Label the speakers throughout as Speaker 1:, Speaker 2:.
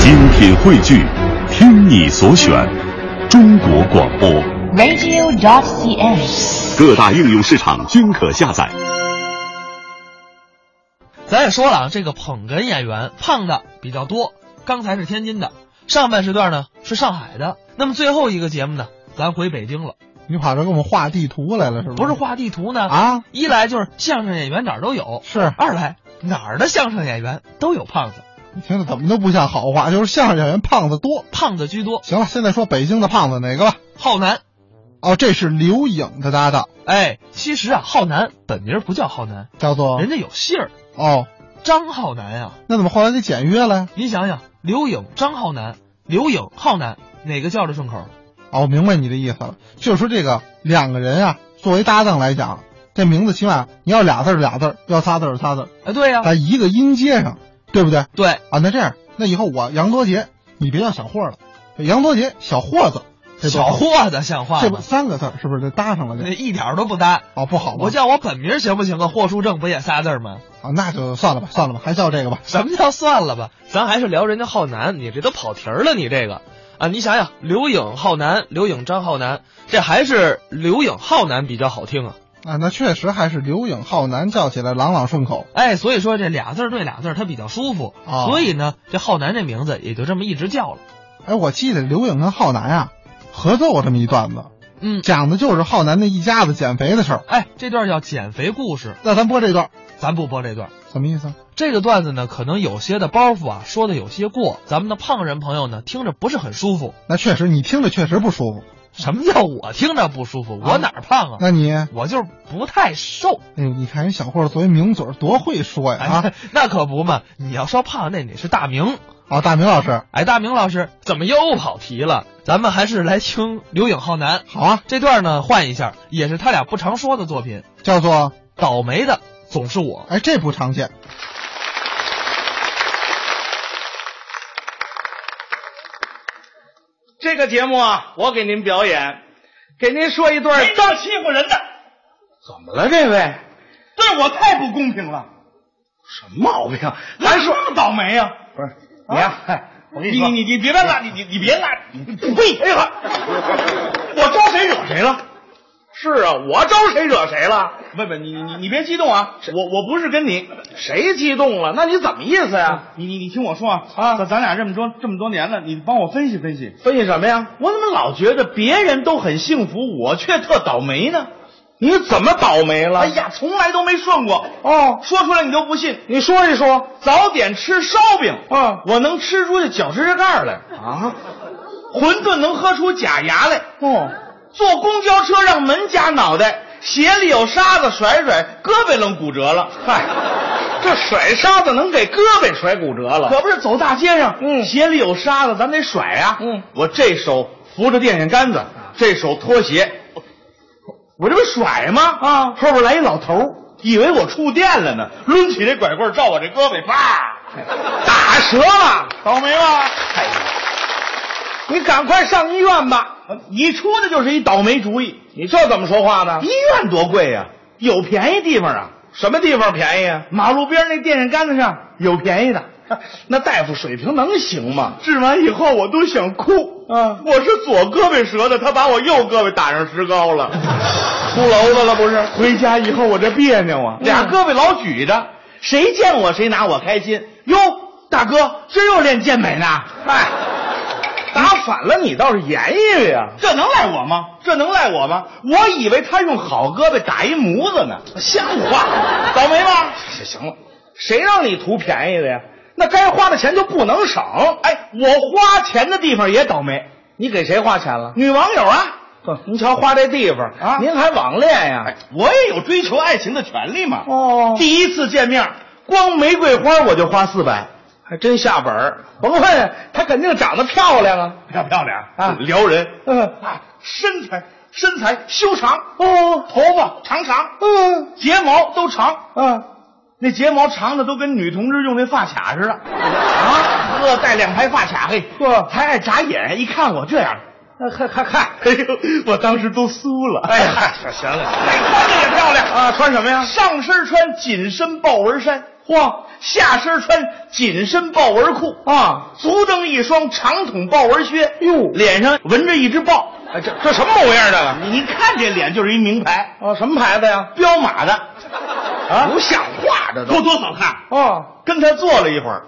Speaker 1: 精品汇聚，听你所选，中国广播。
Speaker 2: radio.cn。
Speaker 1: 各大应用市场均可下载。
Speaker 3: 咱也说了啊，这个捧哏演员胖的比较多，刚才是天津的，上半时段呢是上海的，那么最后一个节目呢，咱回北京了，
Speaker 4: 你跑这给我们画地图来了是吗？
Speaker 3: 不是画地图呢，
Speaker 4: 啊，
Speaker 3: 一来就是相声演员哪儿都有，
Speaker 4: 是
Speaker 3: 二来哪儿的相声演员都有胖子，
Speaker 4: 你听着怎么都不像好话，就是相声演员胖子多。
Speaker 3: 胖子居多。
Speaker 4: 行了，现在说北京的胖子哪个吧？
Speaker 3: 浩南，
Speaker 4: 哦，这是刘颖的搭档，
Speaker 3: 哎，其实啊，浩南本名不叫浩南，
Speaker 4: 叫做
Speaker 3: 人家有姓儿，
Speaker 4: 哦，
Speaker 3: 张浩南呀、
Speaker 4: 那怎么后来给简约了呀？
Speaker 3: 你想想，刘颖、张浩南、刘颖、浩南，哪个叫着顺口？
Speaker 4: 哦，我明白你的意思了，就是说这个两个人啊，作为搭档来讲，这名字起码你要俩字儿俩字儿，要仨字儿仨字儿，
Speaker 3: 哎，对呀、
Speaker 4: 在一个音接上，对不对？啊，
Speaker 3: 对，
Speaker 4: 那这样，那以后我杨多杰，你别叫小霍了，杨多杰小霍子，这多
Speaker 3: 小
Speaker 4: 好，
Speaker 3: 货的像话
Speaker 4: 这不
Speaker 3: 吗？
Speaker 4: 三个字儿是不是就搭上了？
Speaker 3: 那
Speaker 4: 这
Speaker 3: 一点儿都不搭。
Speaker 4: 哦，不好吧，
Speaker 3: 我叫我本名行不行啊？霍书正不也仨字儿吗？
Speaker 4: 啊，那就算了吧，算了吧，还叫这个吧。
Speaker 3: 什么叫算了吧？咱还是聊人家浩南，你这都跑题儿了，你这个啊，你想想，刘颖、浩南、刘颖、张浩南，这还是刘颖、浩南比较好听啊。
Speaker 4: 啊，那确实还是刘颖浩南叫起来朗朗顺口。
Speaker 3: 哎，所以说这俩字儿对俩字儿，它比较舒服，
Speaker 4: 哦
Speaker 3: 所以呢，这浩南这名字也就这么一直叫了。
Speaker 4: 哎，我记得刘颖跟浩南啊合作过这么一段子，
Speaker 3: 嗯，
Speaker 4: 讲的就是浩南那一家子减肥的事儿。
Speaker 3: 哎，这段叫减肥故事，
Speaker 4: 那咱播这段，
Speaker 3: 咱不播这段。
Speaker 4: 什么意思？
Speaker 3: 这个段子呢，可能有些的包袱啊，说的有些过，咱们的胖人朋友呢，听着不是很舒服。
Speaker 4: 那确实，你听着确实不舒服。
Speaker 3: 什么叫我听着不舒服？
Speaker 4: 啊
Speaker 3: 我哪儿胖啊？
Speaker 4: 那你，哎
Speaker 3: 我就是不太瘦。
Speaker 4: 呦，你看人小霍作为名嘴儿多会说呀啊！
Speaker 3: 哎， 那可不嘛！你要说胖，那得是大明。
Speaker 4: 哦，大明老师，
Speaker 3: 哎，大明老师怎么又跑题了？咱们还是来听刘颖浩南
Speaker 4: 好啊，
Speaker 3: 这段呢，换一下，也是他俩不常说的作品。
Speaker 4: 叫做
Speaker 3: 倒霉的总是我。
Speaker 4: 哎，这不常见。
Speaker 5: 这个节目啊，我给您表演，给您说一段。
Speaker 6: 没到欺负人的，
Speaker 5: 怎么了，这位？
Speaker 6: 对我太不公平了。
Speaker 5: 什么毛病？
Speaker 6: 咱说这么倒霉呀、
Speaker 5: 不是你呀、嗨我跟
Speaker 6: 你
Speaker 5: 说，
Speaker 6: 你你别别拉，你你你别拉，你呸！哎呀，我招谁惹谁了？
Speaker 5: 是啊，我招谁惹谁了？
Speaker 6: 不不，你你你你别激动啊！我我不是跟你，
Speaker 5: 谁激动了？那你怎么意思呀、
Speaker 6: 你你你听我说啊
Speaker 5: 啊
Speaker 6: 咱咱俩这么多这么多年了，你帮我分析分析，
Speaker 5: 分析什么呀？
Speaker 6: 我怎么老觉得别人都很幸福，我却特倒霉呢？
Speaker 5: 你怎么倒霉了？
Speaker 6: 哎，呀，从来都没顺过，
Speaker 5: 哦，
Speaker 6: 说出来你都不信。
Speaker 5: 你说一说
Speaker 6: 早点吃烧饼，
Speaker 5: 啊
Speaker 6: 我能吃出去脚趾甲盖儿来。
Speaker 5: 啊？
Speaker 6: 馄饨能喝出假牙来，
Speaker 5: 哦，
Speaker 6: 坐公交车让门夹脑袋，鞋里有沙子甩甩，胳膊冷骨折了。
Speaker 5: 嗨，这甩沙子能给胳膊甩骨折了。
Speaker 6: 可不是走大街上，
Speaker 5: 嗯
Speaker 6: 鞋里有沙子，咱得甩呀、
Speaker 5: 嗯，啊
Speaker 6: 我这手扶着电线杆子，这手拖鞋，我这不甩吗？
Speaker 5: 啊
Speaker 6: 后边来一老头儿，以为我触电了呢，抡起这拐棍儿照我这胳膊，啪，
Speaker 5: 打折哎了，
Speaker 6: 倒霉吧？
Speaker 5: 你赶快上医院吧。
Speaker 6: 你出的就是一倒霉主意。
Speaker 5: 你这怎么说话呢
Speaker 6: 医？院多贵呀、有便宜地方啊？
Speaker 5: 什么地方便宜啊？
Speaker 6: 马路边那电线杆子上有便宜 的。
Speaker 5: 那大夫水平能行吗？
Speaker 6: 治完以后我都想哭。
Speaker 5: 啊
Speaker 6: 我是左胳膊折的，他把我右胳膊打上石膏了。
Speaker 5: 出篓子了不是？
Speaker 6: 回家以后我这别扭啊，俩胳膊老举着，谁见我谁拿我开心。哟，大哥，这又练健美呢？
Speaker 5: 哎，打反了你倒是严严呀、
Speaker 6: 啊这能赖我吗？这能赖我吗？我以为他用好胳膊打一模子呢，
Speaker 5: 像话吗？
Speaker 6: 倒霉吗？
Speaker 5: 行行了，谁让你图便宜的呀？那该花的钱就不能省。
Speaker 6: 哎，我花钱的地方也倒霉，
Speaker 5: 你给谁花钱了？
Speaker 6: 女网友啊，
Speaker 5: 哼，您瞧花这地方
Speaker 6: 啊哎
Speaker 5: 您还网恋呀、
Speaker 6: 我也有追求爱情的权利嘛。
Speaker 5: 哦
Speaker 6: 第一次见面，光玫瑰花我就花四百，
Speaker 5: 还真下本儿。甭问，她肯定长得漂亮啊。
Speaker 6: 漂不漂亮
Speaker 5: 啊
Speaker 6: 撩人。
Speaker 5: 嗯
Speaker 6: 啊，身材身材修长，
Speaker 5: 哦，
Speaker 6: 头发长长，
Speaker 5: 嗯
Speaker 6: 睫毛都长，
Speaker 5: 嗯，
Speaker 6: 那睫毛长的都跟女同志用那发卡似的。啊，这带两排发卡，嘿，
Speaker 5: 呵
Speaker 6: 还爱眨眼，一看我这样，
Speaker 5: 那看看看，
Speaker 6: 哎呦，我当时都酥了。哎
Speaker 5: 哎呀，行了，
Speaker 6: 穿的也漂亮
Speaker 5: 啊穿什么呀
Speaker 6: 上身穿紧身豹纹衫，嚯，下身穿紧身豹纹裤
Speaker 5: 啊，
Speaker 6: 足蹬一双长筒豹纹靴，
Speaker 5: 哟
Speaker 6: 脸上纹着一只豹。
Speaker 5: 哎，这这什么模样这个？
Speaker 6: 你一看这脸就是一名牌，
Speaker 5: 啊，什么牌子呀？
Speaker 6: 彪马的，
Speaker 5: 啊，不像话，这
Speaker 6: 不多好看。
Speaker 5: 哦，
Speaker 6: 跟他坐了一会儿，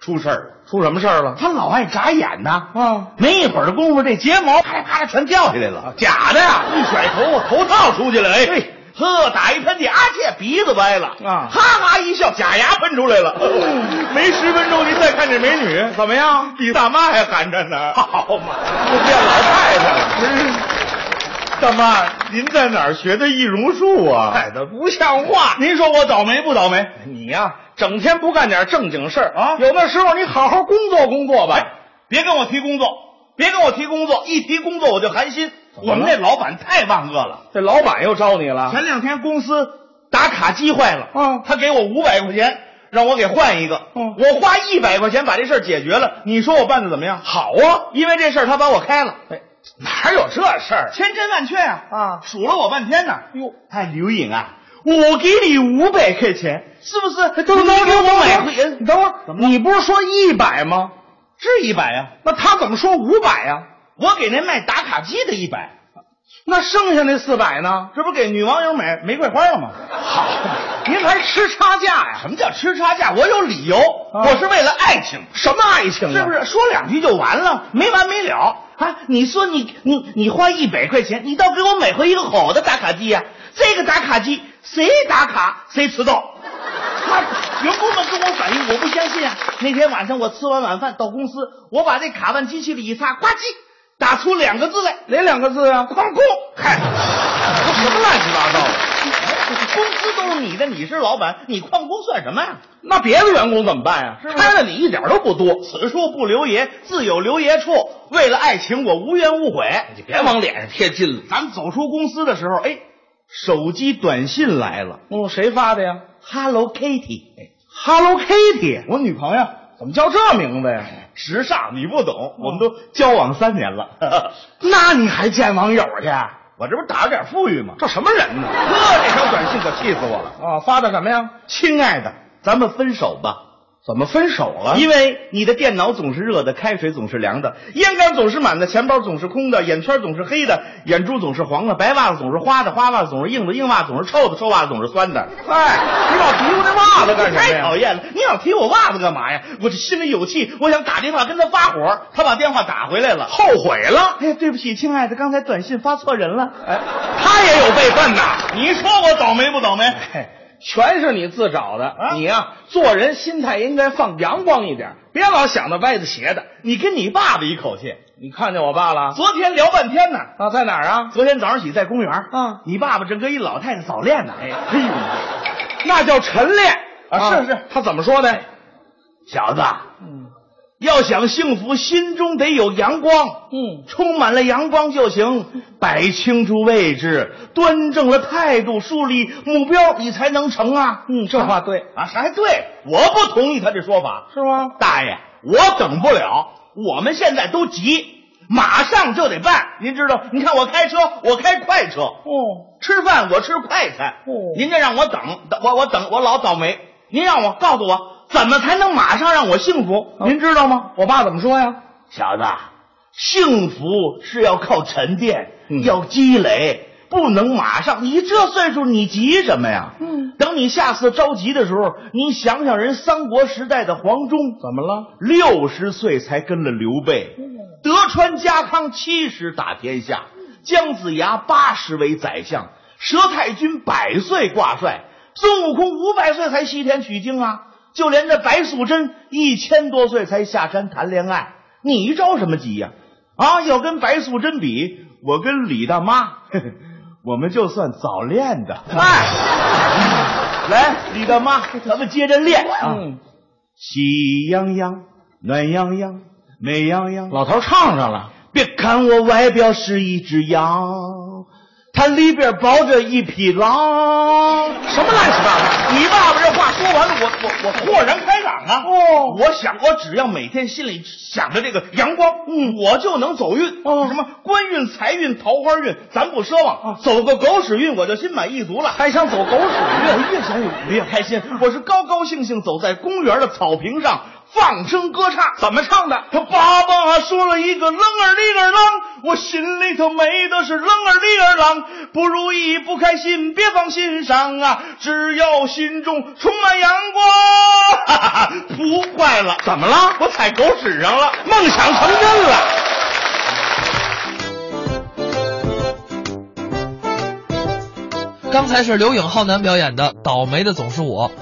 Speaker 6: 出事儿了。
Speaker 5: 出什么事儿了？
Speaker 6: 他老爱眨眼呐，
Speaker 5: 啊，
Speaker 6: 没一会儿的功夫，这睫毛啪啦啪啦全掉下来了，假的呀！一甩头发，头套出去了，哎，呵，打一喷嚏，啊切，鼻子歪了，
Speaker 5: 啊嗯
Speaker 6: 哈哈一笑，假牙喷出来了。 没十分钟，您再看这美女怎么样？比大妈还寒碜呢。好 嘛，我变老太太
Speaker 5: 嗯
Speaker 6: 了。大妈，您在哪儿学的易容术啊？
Speaker 5: 哎，这不像话！
Speaker 6: 您说我倒霉不倒霉？
Speaker 5: 你呀、整天不干点正经事儿
Speaker 6: 啊
Speaker 5: 有那时候你好好工作工作吧。
Speaker 6: 哎，别跟我提工作，别跟我提工作，一提工作我就寒心。我们这老板太万恶了，
Speaker 5: 这老板又招你了，
Speaker 6: 前两天公司打卡机坏了，
Speaker 5: 嗯
Speaker 6: 他给我五百块钱，让我给换一个，
Speaker 5: 嗯
Speaker 6: 我花一百块钱把这事儿解决了，你说我办的怎么样？好啊，因为这事儿他把我开了，
Speaker 5: 哎，哪有这事儿？
Speaker 6: 千真万确啊，
Speaker 5: 啊
Speaker 6: 数了我半天呢，
Speaker 5: 哟，
Speaker 6: 哎，刘颖啊，我给你五百块钱，是不是？
Speaker 5: 等等
Speaker 6: 给
Speaker 5: 等
Speaker 6: 我买
Speaker 5: 等
Speaker 6: 回去
Speaker 5: 你等会儿，你不是说一百吗？
Speaker 6: 是一百啊，
Speaker 5: 那他怎么说五百呀？
Speaker 6: 我给那卖打卡机的一百。
Speaker 5: 那剩下那四百呢？
Speaker 6: 这不给女网友买玫瑰花了吗？
Speaker 5: 您还吃差价呀？
Speaker 6: 什么叫吃差价？我有理由，
Speaker 5: 啊
Speaker 6: 我是为了爱情，
Speaker 5: 什么爱情啊？
Speaker 6: 是不？是？说两句就完了，没完没了啊！你说你你你花一百块钱，你倒给我买回一个好的打卡机呀、这个打卡机谁打卡谁迟到。他员工们跟我反映，我不相信啊！那天晚上我吃完晚饭到公司，我把这卡往机器里一插，呱唧打出两个字来，
Speaker 5: 哪两个字啊？
Speaker 6: 旷工。嗨，
Speaker 5: 这什么乱七八 糟的？啊
Speaker 6: 工资都是你的，你是老板，你旷工算什么呀、
Speaker 5: 那别的员工怎么办呀？
Speaker 6: 是吗
Speaker 5: 开了你一点都不多。
Speaker 6: 此处不留爷，自有留爷处。为了爱情，我无怨无悔。你
Speaker 5: 别往脸上贴金了。
Speaker 6: 咱们走出公司的时候，哎，手机短信来了
Speaker 5: 哦，谁发的呀
Speaker 6: ，Hello Kitty，哎
Speaker 5: ？Hello Kitty，
Speaker 6: 我女朋友。
Speaker 5: 怎么叫这名字呀？哦
Speaker 6: 时尚你不懂，我们都交往三年了。
Speaker 5: 那你还见网友去？
Speaker 6: 我这不打着点富裕吗？
Speaker 5: 这什么人呢？
Speaker 6: 呵，这条短信可气死我了！
Speaker 5: 啊，发的什么呀？
Speaker 6: 亲爱的，咱们分手吧。
Speaker 5: 怎么分手了？
Speaker 6: 因为你的电脑总是热的，开水总是凉的，烟缸总是满的，钱包总是空的，眼圈总是黑的，眼珠总是黄的，白袜子总是花的，花袜子总是硬的，硬袜子总是臭的，臭袜子总是酸的。
Speaker 5: 哎，你老提我这袜子干什么呀？
Speaker 6: 太讨厌了！你老提我袜子干嘛呀？我这心里有气，我想打电话跟他发火，他把电话打回来了，后悔了。哎呀，对不起，亲爱的，刚才短信发错人了。哎，他也有备份呐。你说我倒霉不倒霉？
Speaker 5: 哎全是你自找的。
Speaker 6: 啊
Speaker 5: 你呀、做人心态应该放阳光一点，别老想那歪的斜的。
Speaker 6: 你跟你爸爸一口气，
Speaker 5: 你看见我爸了？
Speaker 6: 昨天聊半天呢。
Speaker 5: 啊，在哪儿啊？
Speaker 6: 昨天早上起在公园，
Speaker 5: 啊
Speaker 6: 你爸爸正跟一老太太早恋呢。哎，嘿，
Speaker 5: 那叫晨练
Speaker 6: 啊
Speaker 5: 是是，他怎么说的？
Speaker 6: 小子，要想幸福，心中得有阳光。
Speaker 5: 嗯，
Speaker 6: 充满了阳光就行，摆清楚位置，端正了态度，树立目标，你才能成啊！
Speaker 5: 嗯这话对
Speaker 6: 啊，啥还对？我不同意他这说法。
Speaker 5: 是吗？
Speaker 6: 大爷，我等不了，我们现在都急，马上就得办。您知道，你看我开车，我开快车，
Speaker 5: 哦，
Speaker 6: 吃饭我吃快餐，
Speaker 5: 哦
Speaker 6: 您这让我等，等我我等我老倒霉。您让我告诉我怎么才能马上让我幸福？
Speaker 5: 哦
Speaker 6: 您知道吗？
Speaker 5: 我爸怎么说呀？
Speaker 6: 小子，幸福是要靠沉淀，
Speaker 5: 嗯
Speaker 6: 要积累，不能马上。你这岁数，你急什么呀？嗯，等你下次着急的时候，你想想人三国时代的黄忠，
Speaker 5: 怎么了？嗯
Speaker 6: 六十岁才跟了刘备，德川家康七十打天下，姜子牙八十为宰相，佘太君百岁挂帅，孙悟空五百岁才西天取经啊！就连这白素贞一千多岁才下山谈恋爱，你着什么急呀、啊？要跟白素贞比，我跟李大妈， 呵呵我们就算早恋的。哎，来，李大妈，咱们接着练啊！
Speaker 5: 嗯，
Speaker 6: 喜洋洋，暖洋洋，美洋洋。
Speaker 5: 老头唱上了。
Speaker 6: 别看我外表是一只羊，它里边包着一匹狼。
Speaker 5: 什么乱七八糟？
Speaker 6: 你爸爸这话说完了，我我我豁然开朗啊！
Speaker 5: 哦
Speaker 6: 我想我只要每天心里想着这个阳光，嗯，我就能走运。
Speaker 5: 哦
Speaker 6: 什么官运、财运、桃花运，咱不奢望，走个狗屎运我就心满意足了。
Speaker 5: 还想走狗屎运？啊
Speaker 6: 我越想我越开心，我是高高兴兴走在公园的草坪上。放声歌唱，怎么唱的？他爸爸说了一个“啷儿哩个儿啷”，我心里头没的是“啷儿哩个儿啷”。不如意、不开心，别放心上啊！只要心中充满阳光，哈哈哈不坏了。怎么了？我踩狗屎上了，梦想成真了。
Speaker 3: 刚才是刘颖浩南表演的《倒霉的总是我》，